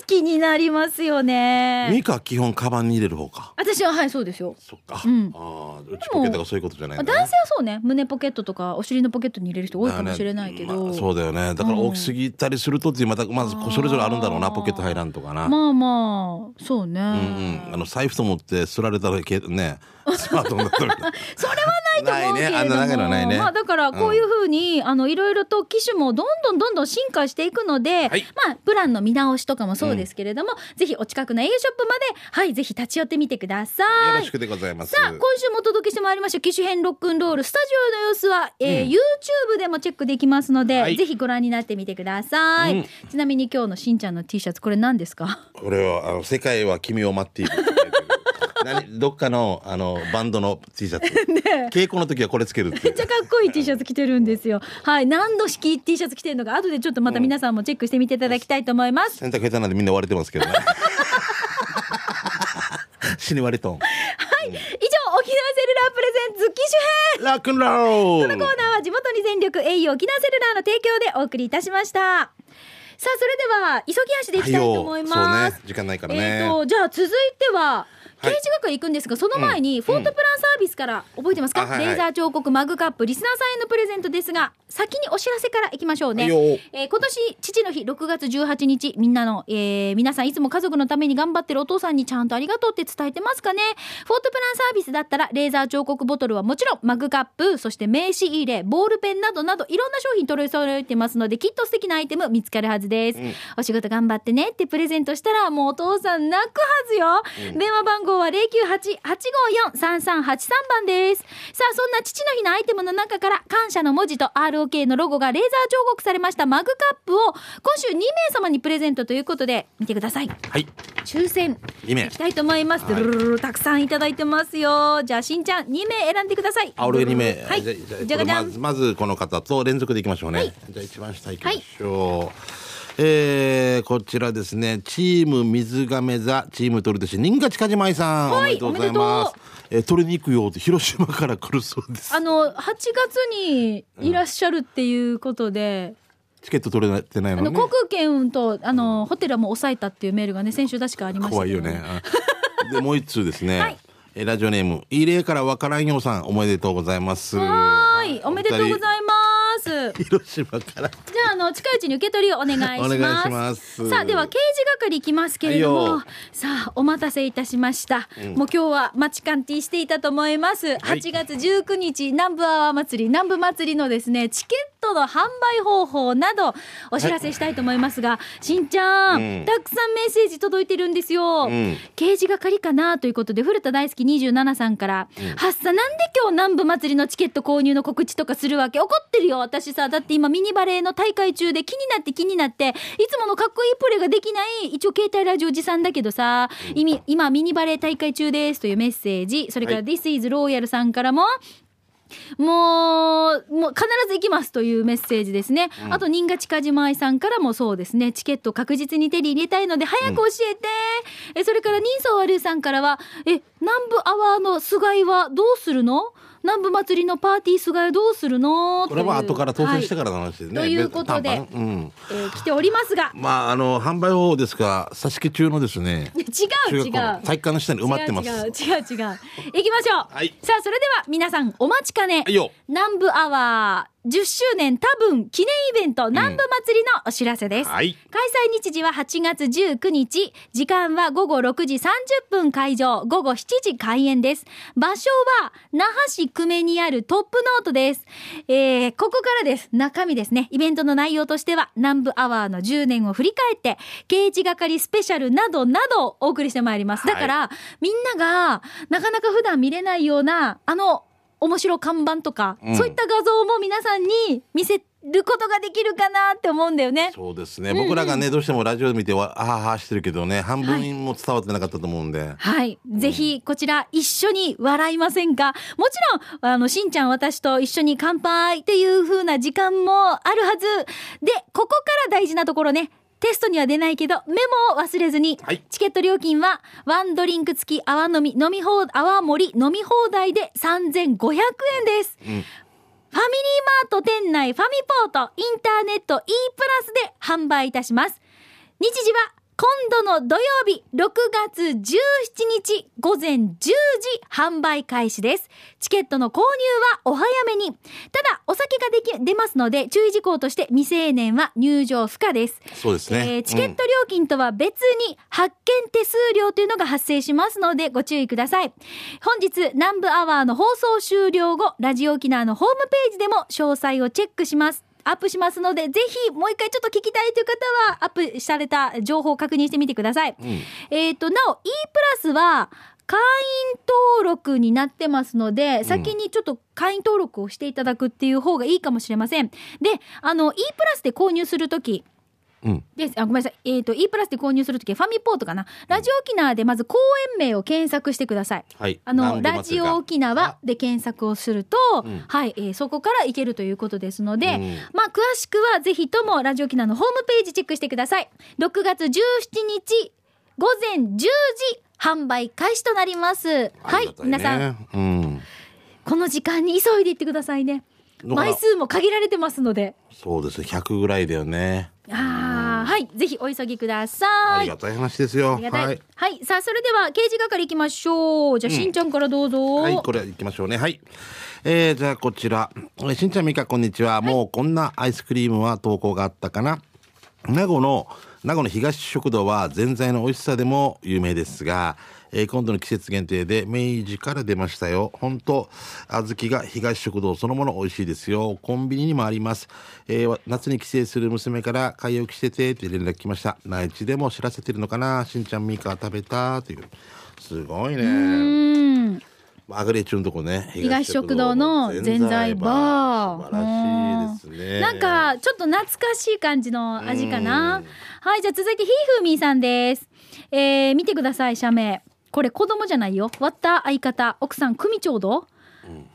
[SPEAKER 1] す気になりますよね
[SPEAKER 2] ミカは基本カバンに入れる方か
[SPEAKER 1] 私ははいそうですよ
[SPEAKER 2] そっか、
[SPEAKER 1] うん
[SPEAKER 2] ああうちポケットがそういうことじゃない
[SPEAKER 1] 男性
[SPEAKER 2] んだ
[SPEAKER 1] は
[SPEAKER 2] ね
[SPEAKER 1] そうね胸ポケットとかお尻のポケットに入れる人多いかもしれないけ
[SPEAKER 2] だよね
[SPEAKER 1] ど、
[SPEAKER 2] まあそうだよねだから大きすぎたりするとっていうまたまずそれぞれあるんだろうなポケット入らんとかな、
[SPEAKER 1] まあまあそうね、
[SPEAKER 2] うんうん、あの財布と思ってすられたらけ
[SPEAKER 1] (laughs)
[SPEAKER 2] ねスマートフォンだったら
[SPEAKER 1] それはないと思うけれども
[SPEAKER 2] ないねあんな中にはないね
[SPEAKER 1] まあだからこういうふうに、あのいろいろと機種もどんどんどんどん進化していくので、
[SPEAKER 2] はい
[SPEAKER 1] まあプランの見直しとかもそうですけれども、ぜひお近くの au ショップまではいぜひ立ち寄ってみてくださ
[SPEAKER 2] よろ
[SPEAKER 1] い
[SPEAKER 2] し。くでございます
[SPEAKER 1] さあ今週もお届けしてまいりました機種編ロックンロールスタジオの様子は、えー
[SPEAKER 2] うん
[SPEAKER 1] YouTube でもチェックできますので、
[SPEAKER 2] はい
[SPEAKER 1] ぜひご覧になってみてください、
[SPEAKER 2] うん
[SPEAKER 1] ちなみに今日のしんちゃんの T シャツこれ何ですか
[SPEAKER 2] これはあの世界は君を
[SPEAKER 1] (laughs)
[SPEAKER 2] 待っている何どっかのあのバンドの T シャツ、稽古の時はこれつけるっていう
[SPEAKER 1] めっちゃかっこいい T シャツ着てるんですよ (laughs) はい何度式 T シャツ着てるのか後でちょっとまた皆さんもチェックしてみていただきたいと思います、
[SPEAKER 2] 洗濯下手なんでみんな割れてますけどね (laughs) 死に割れとん
[SPEAKER 1] 以上沖縄セルラープレゼンツ機種編
[SPEAKER 2] ラックンロール
[SPEAKER 1] コーナーは地元に全力 au 沖縄セルラーの提供でお送りいたしましたさあそれでは急ぎ足でいきたいと思います、
[SPEAKER 2] はいよそうね時間ないからね
[SPEAKER 1] えー、とじゃあ続いては
[SPEAKER 2] は
[SPEAKER 1] 刑
[SPEAKER 2] い
[SPEAKER 1] 事学園行くんですが、その前に、フォートプランサービスから覚えてますか、
[SPEAKER 2] あはいはい
[SPEAKER 1] レーザー彫刻マグカップリスナーさんへのプレゼントですが先にお知らせからいきましょうね、
[SPEAKER 2] はいよ
[SPEAKER 1] えー今年父の日6月18日みんなの、えー皆さんいつも家族のために頑張ってるお父さんにちゃんとありがとうって伝えてますかねフォートプランサービスだったらレーザー彫刻ボトルはもちろんマグカップそして名刺入れボールペンなどなどいろんな商品取り揃えてますのできっと素敵なアイテム見つかるはずです、お仕事頑張ってねってプレゼントしたらもうお父さん泣くはずよ、電話番号は098-854-3383番ですさあそんな父の日のアイテムの中から感謝の文字と ROK のロゴがレーザー彫刻されましたマグカップを今週2名様にプレゼントということで見てください
[SPEAKER 2] はい
[SPEAKER 1] 抽選
[SPEAKER 2] 2名
[SPEAKER 1] いきたいと思います、
[SPEAKER 2] はい
[SPEAKER 1] ルルルルたくさんいただいてますよじゃあしんちゃん2名選んでください
[SPEAKER 2] あ俺2名
[SPEAKER 1] はい
[SPEAKER 2] じ
[SPEAKER 1] じ
[SPEAKER 2] ゃ
[SPEAKER 1] ゃ
[SPEAKER 2] じゃ
[SPEAKER 1] じゃがじゃ
[SPEAKER 2] ま
[SPEAKER 1] ん
[SPEAKER 2] ずまずこの方と連続でいきましょうね、じゃあ一番下いきましょう、えー、こちらですね、チーム水亀座、チーム鳥年、新賀近島愛さん、
[SPEAKER 1] はい
[SPEAKER 2] おめでとうございます
[SPEAKER 1] おめでと。
[SPEAKER 2] えー、取りに行くよって、広島から来るそうです。
[SPEAKER 1] あの8月にいらっしゃるっていうことで、
[SPEAKER 2] チケット取れてない
[SPEAKER 1] あ
[SPEAKER 2] の
[SPEAKER 1] の
[SPEAKER 2] ね。
[SPEAKER 1] 航空券とあのホテルはもう抑えたっていうメールがね先週確かありました
[SPEAKER 2] 怖い
[SPEAKER 1] けど
[SPEAKER 2] よね。うんで、もう一通です
[SPEAKER 1] (laughs)
[SPEAKER 2] ね。
[SPEAKER 1] はい
[SPEAKER 2] えーラジオネーム、いい例からわからんようさん、おめでとうございます。
[SPEAKER 1] はーいおめでとうご
[SPEAKER 2] いま
[SPEAKER 1] ざいます
[SPEAKER 2] す。広島から。
[SPEAKER 1] じゃああの近いうちに受け取りをお願いします
[SPEAKER 2] (laughs) お願いします
[SPEAKER 1] さあでは刑事係いきますけれども、
[SPEAKER 2] はいよ
[SPEAKER 1] さあお待たせいたしました、もう今日は待ちンティしていたと思います、
[SPEAKER 2] はい
[SPEAKER 1] 8月19日南部アワー祭り南部祭りのですねチケットの販売方法などお知らせしたいと思いますが、しんちゃん、
[SPEAKER 2] うん
[SPEAKER 1] たくさんメッセージ届いてるんですよ、
[SPEAKER 2] ん
[SPEAKER 1] 刑事係かなということで古田大好き27さんから「はっさなんで今日南部祭りのチケット購入の告知とかするわけ怒ってるよ私さだって今ミニバレーの大会中で気になって気になっていつものかっこいいプレーができない一応携帯ラジオ持参だけどさ意味今ミニバレー大会中です」というメッセージそれから「
[SPEAKER 2] はい
[SPEAKER 1] This is Royal」さんからも「もう、もう必ず行きますというメッセージですね。あと、新賀近島愛さんからもそうですね。チケット確実に手に入れたいので、早く教えて、え、それから、人相悪いさんからは、え、南部アワーの菅井はどうするの南部祭りのパーティー菅井はどうするの
[SPEAKER 2] これは後から当選して
[SPEAKER 1] か
[SPEAKER 2] からの話ですね。
[SPEAKER 1] はいということで
[SPEAKER 2] 別短パンうん。
[SPEAKER 1] ら、えー来ておりますが、
[SPEAKER 2] まあ、あの、販売方法ですが、差し付け中のですね
[SPEAKER 1] い、や違う
[SPEAKER 2] 中
[SPEAKER 1] 違
[SPEAKER 2] 学校の
[SPEAKER 1] う。
[SPEAKER 2] 体育館の下に埋まってます。
[SPEAKER 1] 違う違う違う違う。行きましょう。
[SPEAKER 2] はい
[SPEAKER 1] さあ、それでは皆さんお待ちかね。
[SPEAKER 2] はいよ
[SPEAKER 1] 南部アワー10周年多分記念イベント南部祭りのお知らせです。
[SPEAKER 2] はい
[SPEAKER 1] 開催日時は8月19日。時間は午後6時30分会場、午後7時開演です。場所は那覇市久米にあるトップノートです。えー、ここからです。中身ですね。イベントの内容としては南部アワーの10年を振り返って、刑事係スペシャルなどなどをお送りしてまいります。だから、みんながなかなか普段見れないような、あの、面白看板とか、
[SPEAKER 2] うん
[SPEAKER 1] そういった画像も皆さんに見せることができるかなって思うんだよね。
[SPEAKER 2] そうですね。僕らがね、どうしてもラジオで見てわ、あははしてるけどね、半分も伝わってなかったと思うんで。
[SPEAKER 1] はい。ぜひ、こちら、一緒に笑いませんかもちろん、あの、しんちゃん、私と一緒に乾杯っていう風な時間もあるはず。で、ここから大事なところね。テストには出ないけど、メモを忘れずに。
[SPEAKER 2] はい
[SPEAKER 1] チケット料金は、ワンドリンク付き泡飲み、飲み放、泡盛飲み放題で3500円です。ファミリーマート店内ファミポートインターネット e プラスで販売いたします。日時は今度の土曜日6月17日午前10時販売開始です。チケットの購入はお早めに。ただ、お酒ができ、出ますので注意事項として未成年は入場不可です。
[SPEAKER 2] そうですね
[SPEAKER 1] えーチケット料金とは別に発券手数料というのが発生しますのでご注意ください。本日、南部アワーの放送終了後、ラジオ沖縄のホームページでも詳細をチェックします。アップしますので、ぜひもう一回ちょっと聞きたいという方は、アップされた情報を確認してみてください。えっ、と、なお、E プラスは、会員登録になってますので、先にちょっと会員登録をしていただくっていう方がいいかもしれません。で、あの、E プラスで購入するとき、
[SPEAKER 2] うん。
[SPEAKER 1] であごめんなさい、えー、と E プラスで購入するときファミポートかなラジオ沖縄でまず公演名を検索してください。
[SPEAKER 2] はい
[SPEAKER 1] あの
[SPEAKER 2] 南部祭りが
[SPEAKER 1] ラジオ沖縄で検索をすると、
[SPEAKER 2] ん
[SPEAKER 1] はいえーそこから行けるということですので、
[SPEAKER 2] うん
[SPEAKER 1] まあ、詳しくはぜひともラジオ沖縄のホームページチェックしてください。6月17日午前10時販売開始となります。
[SPEAKER 2] あ
[SPEAKER 1] は
[SPEAKER 2] り
[SPEAKER 1] い
[SPEAKER 2] が、たね
[SPEAKER 1] 皆さん、。
[SPEAKER 2] うん。
[SPEAKER 1] この時間に急いで行ってくださいね。
[SPEAKER 2] だから
[SPEAKER 1] 枚数も限られてますので。
[SPEAKER 2] そうですね。100ぐらいだよね。
[SPEAKER 1] あーはい、ぜひお急ぎくださ
[SPEAKER 2] あ
[SPEAKER 1] い
[SPEAKER 2] り。がたい話ですよ。
[SPEAKER 1] ありがたい。
[SPEAKER 2] は
[SPEAKER 1] はいい。、さあ、それでは刑事係行きましょう。じゃあ、しんちゃんからどうぞ。
[SPEAKER 2] はい、これ行きましょうね。はい。えー、じゃあこちら。えーしんちゃん、みか、こんにちは。もうこんなアイスクリームは投稿があったかな。名護の、名護の東食堂はぜんざいの美味しさでも有名ですが、えー今度の季節限定で明治から出ましたよ。本当小豆が東食堂そのもの美味しいですよ。コンビニにもあります。えーわ夏に帰省する娘から買い置きしててって連絡来ました。内地でも知らせてるのかな。しんちゃん、みか、食べたという。すごいね。
[SPEAKER 1] うん。
[SPEAKER 2] アグレチュのとこね
[SPEAKER 1] 東食堂のぜんざいバー。
[SPEAKER 2] 素晴らしいですね
[SPEAKER 1] なんか、ちょっと懐かしい感じの味かな。はい、じゃあ続いて、ひーふーみーさんです。えー、見てください、社名。これ子供じゃないよ。割った相方、奥さん、組長ど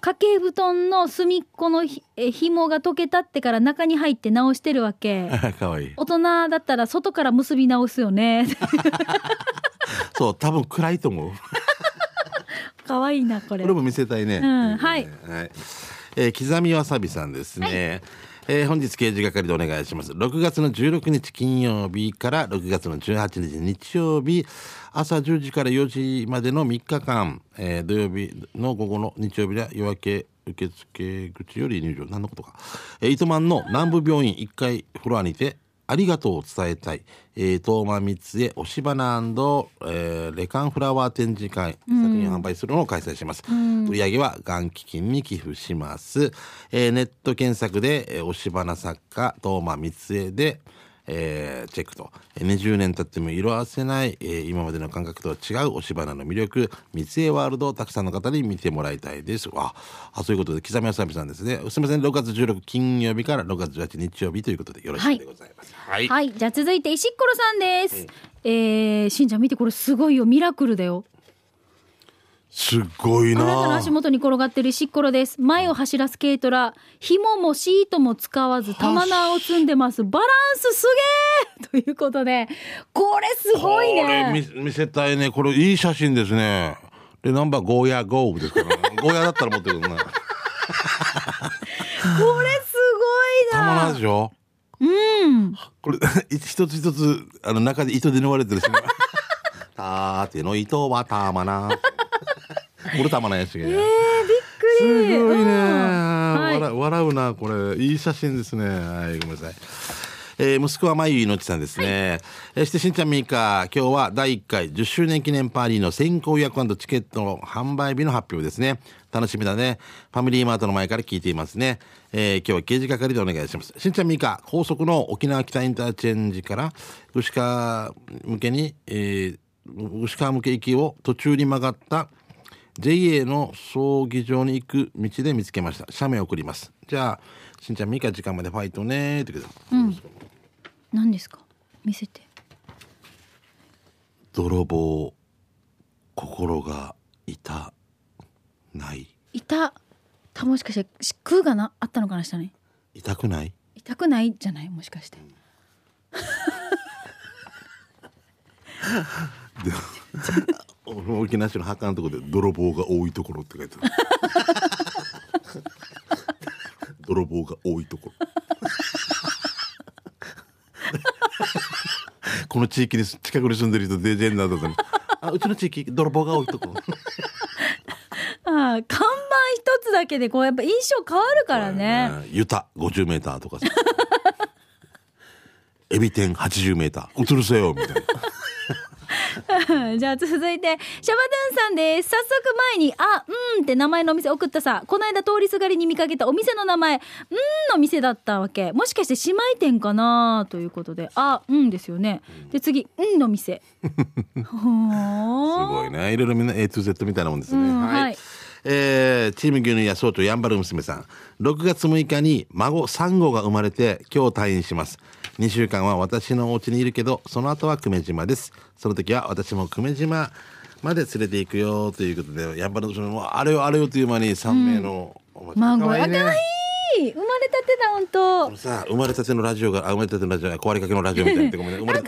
[SPEAKER 1] 掛け布団の隅っこのひえ紐が溶けたってから中に入って直してるわけ (laughs)
[SPEAKER 2] (laughs) かわいい
[SPEAKER 1] 大人だったら外から結び直すよね (laughs)
[SPEAKER 2] そう多分暗いと思う
[SPEAKER 1] 可愛いなこれ
[SPEAKER 2] これも見せたいね。
[SPEAKER 1] うんはい
[SPEAKER 2] はい。えー刻みわさびさんですね。えー本日刑事係でお願いします。6月の16日金曜日から6月の18日日曜日、朝10時から4時までの3日間、えー土曜日の午後の日曜日は夜明け受付口より入場、何のことか。えー、糸満の南部病院1階フロアにて、ありがとうを伝えたい、えー、東間三江押し花、えー、レカンフラワー展示会作品を販売するのを開催します、売り上げはがん基金に寄付します、えー、ネット検索で、えー、押し花作家東間三江でえーチェックとえー20年経っても色あせない、えー今までの感覚とは違う押し花の魅力三井ワールドをたくさんの方に見てもらいたいですわあそういうことで刻みわさびさんですねすみません6月16金曜日から6月18日曜日ということでよろしくでございますはい、
[SPEAKER 1] はいじゃあ続いて石ころさんです、えー、しんちゃん見てこれすごいよミラクルだよ
[SPEAKER 2] すごい
[SPEAKER 1] あなたの
[SPEAKER 2] な
[SPEAKER 1] 足元に転がってる石っころです前を走らす軽トラ紐もシートも使わず玉縄を積んでますバランスすげー (laughs) ということでこれすごいね
[SPEAKER 2] これ見見せたいねこれいい写真ですねでナンバーゴーヤーゴーですから (laughs) ゴーヤーだったら持ってるけどな
[SPEAKER 1] これすごい
[SPEAKER 2] たまらない
[SPEAKER 1] な
[SPEAKER 2] でしょ
[SPEAKER 1] うん
[SPEAKER 2] これ (laughs) 一つ一つあの中で糸で縫われてるし、ね、 (laughs) たーての糸はたま
[SPEAKER 1] (laughs)
[SPEAKER 2] なこれたまらないやつね、
[SPEAKER 1] えー、びっくり
[SPEAKER 2] すごいね、
[SPEAKER 1] うん
[SPEAKER 2] 笑
[SPEAKER 1] は
[SPEAKER 2] う笑うなこれいい写真ですねはいごめんなさいえー息子はまゆいのちさんですね、えーそしてしんちゃんみーか今日は第1回10周年記念パーリーの先行予約チケットの販売日の発表ですね楽しみだねファミリーマートの前から聞いていますね、えー今日は刑事係でお願いしますしんちゃんみーか高速の沖縄北インターチェンジから牛川向けに、えー牛川向け行きを途中に曲がった JA の葬儀場に行く道で見つけました写メ送りますじゃあしんちゃんみーか時間までファイトねーってことで
[SPEAKER 1] い何ですか見せて
[SPEAKER 2] 泥棒心が痛ない
[SPEAKER 1] いたたもしかしてし空がなあったのかな下に
[SPEAKER 2] 痛くない
[SPEAKER 1] 痛くないじゃないもしかして
[SPEAKER 2] 俺も沖縄市の墓のところで泥棒が多いところって書いてある (laughs) 泥棒が多いところ (laughs) この地域にす近くに住んでる人デジェンダーだとねあうちの地域泥棒が多いところ
[SPEAKER 1] ああ看板一つだけでこうやっぱ印象変わるからね
[SPEAKER 2] うん。ユタ50メーターとかさ。エビ天80メーター。映るせよ、みたいな。
[SPEAKER 1] (laughs) じゃあ続いてシャバドゥンさんです早速前に「あうん」って名前のお店送ったさこの間通りすがりに見かけたお店の名前「うん」の店だったわけもしかして姉妹店かなということで「あうん」ですよねで次「うん」の
[SPEAKER 2] (laughs)
[SPEAKER 1] 店
[SPEAKER 2] す
[SPEAKER 1] ほー
[SPEAKER 2] ごいね。いろいろみんな A to Z みたいなもんですね。
[SPEAKER 1] うんはい
[SPEAKER 2] えーチーム牛乳や総長やんばる娘さん。6月6日に孫3号が生まれて今日退院します。2週間は私のお家にいるけど、その後は久米島です。その時は私も久米島まで連れて行くよということで、やんばる娘もあれよあれよという間に3名のおばちゃん、
[SPEAKER 1] 孫
[SPEAKER 2] かわ
[SPEAKER 1] あ
[SPEAKER 2] いいね
[SPEAKER 1] かわいい生まれたてだ本当
[SPEAKER 2] あのさ生まれたてのラジオがあ生まれたてのラジオ壊れかけのラジオみたいになってごめんね生まれた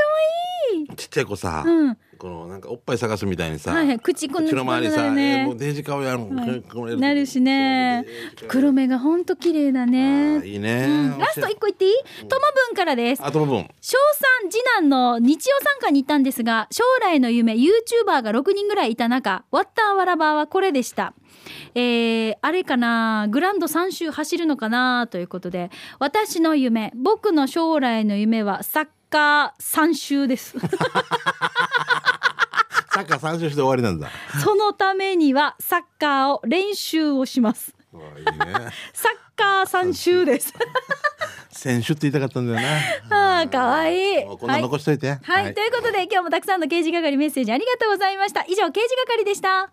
[SPEAKER 2] ちっちゃい子さ、
[SPEAKER 1] うん
[SPEAKER 2] このなんかおっぱい探すみたいにさ、
[SPEAKER 1] はいはい口こんな
[SPEAKER 2] の周りに
[SPEAKER 1] こんな
[SPEAKER 2] さ、
[SPEAKER 1] のね
[SPEAKER 2] えーもうデージ顔やる、
[SPEAKER 1] はい
[SPEAKER 2] この
[SPEAKER 1] なるしね黒目がほんと綺麗だ
[SPEAKER 2] あー
[SPEAKER 1] ね
[SPEAKER 2] いいね、
[SPEAKER 1] うんラスト一個言っていいトモブンからです
[SPEAKER 2] あと部分
[SPEAKER 1] 小3次男の日曜参加に行ったんですが将来の夢 YouTuber が6人ぐらいいた中ワッターワラバーはこれでしたえー、あれかなグランド3周走るのかなということで私の夢僕の将来の夢はサッカー3周です
[SPEAKER 2] (laughs) サッカー参照して終わりな
[SPEAKER 1] (laughs)
[SPEAKER 2] んだ
[SPEAKER 1] そのためにはサッカーを練習をします
[SPEAKER 2] うわいいね
[SPEAKER 1] サッカー3周です
[SPEAKER 2] 選手って言いたかったんだよ
[SPEAKER 1] あーかわいい
[SPEAKER 2] なもうこんなの残しといて
[SPEAKER 1] はい、はい、ということで今日もたくさんの刑事係メッセージありがとうございました以上刑事係でした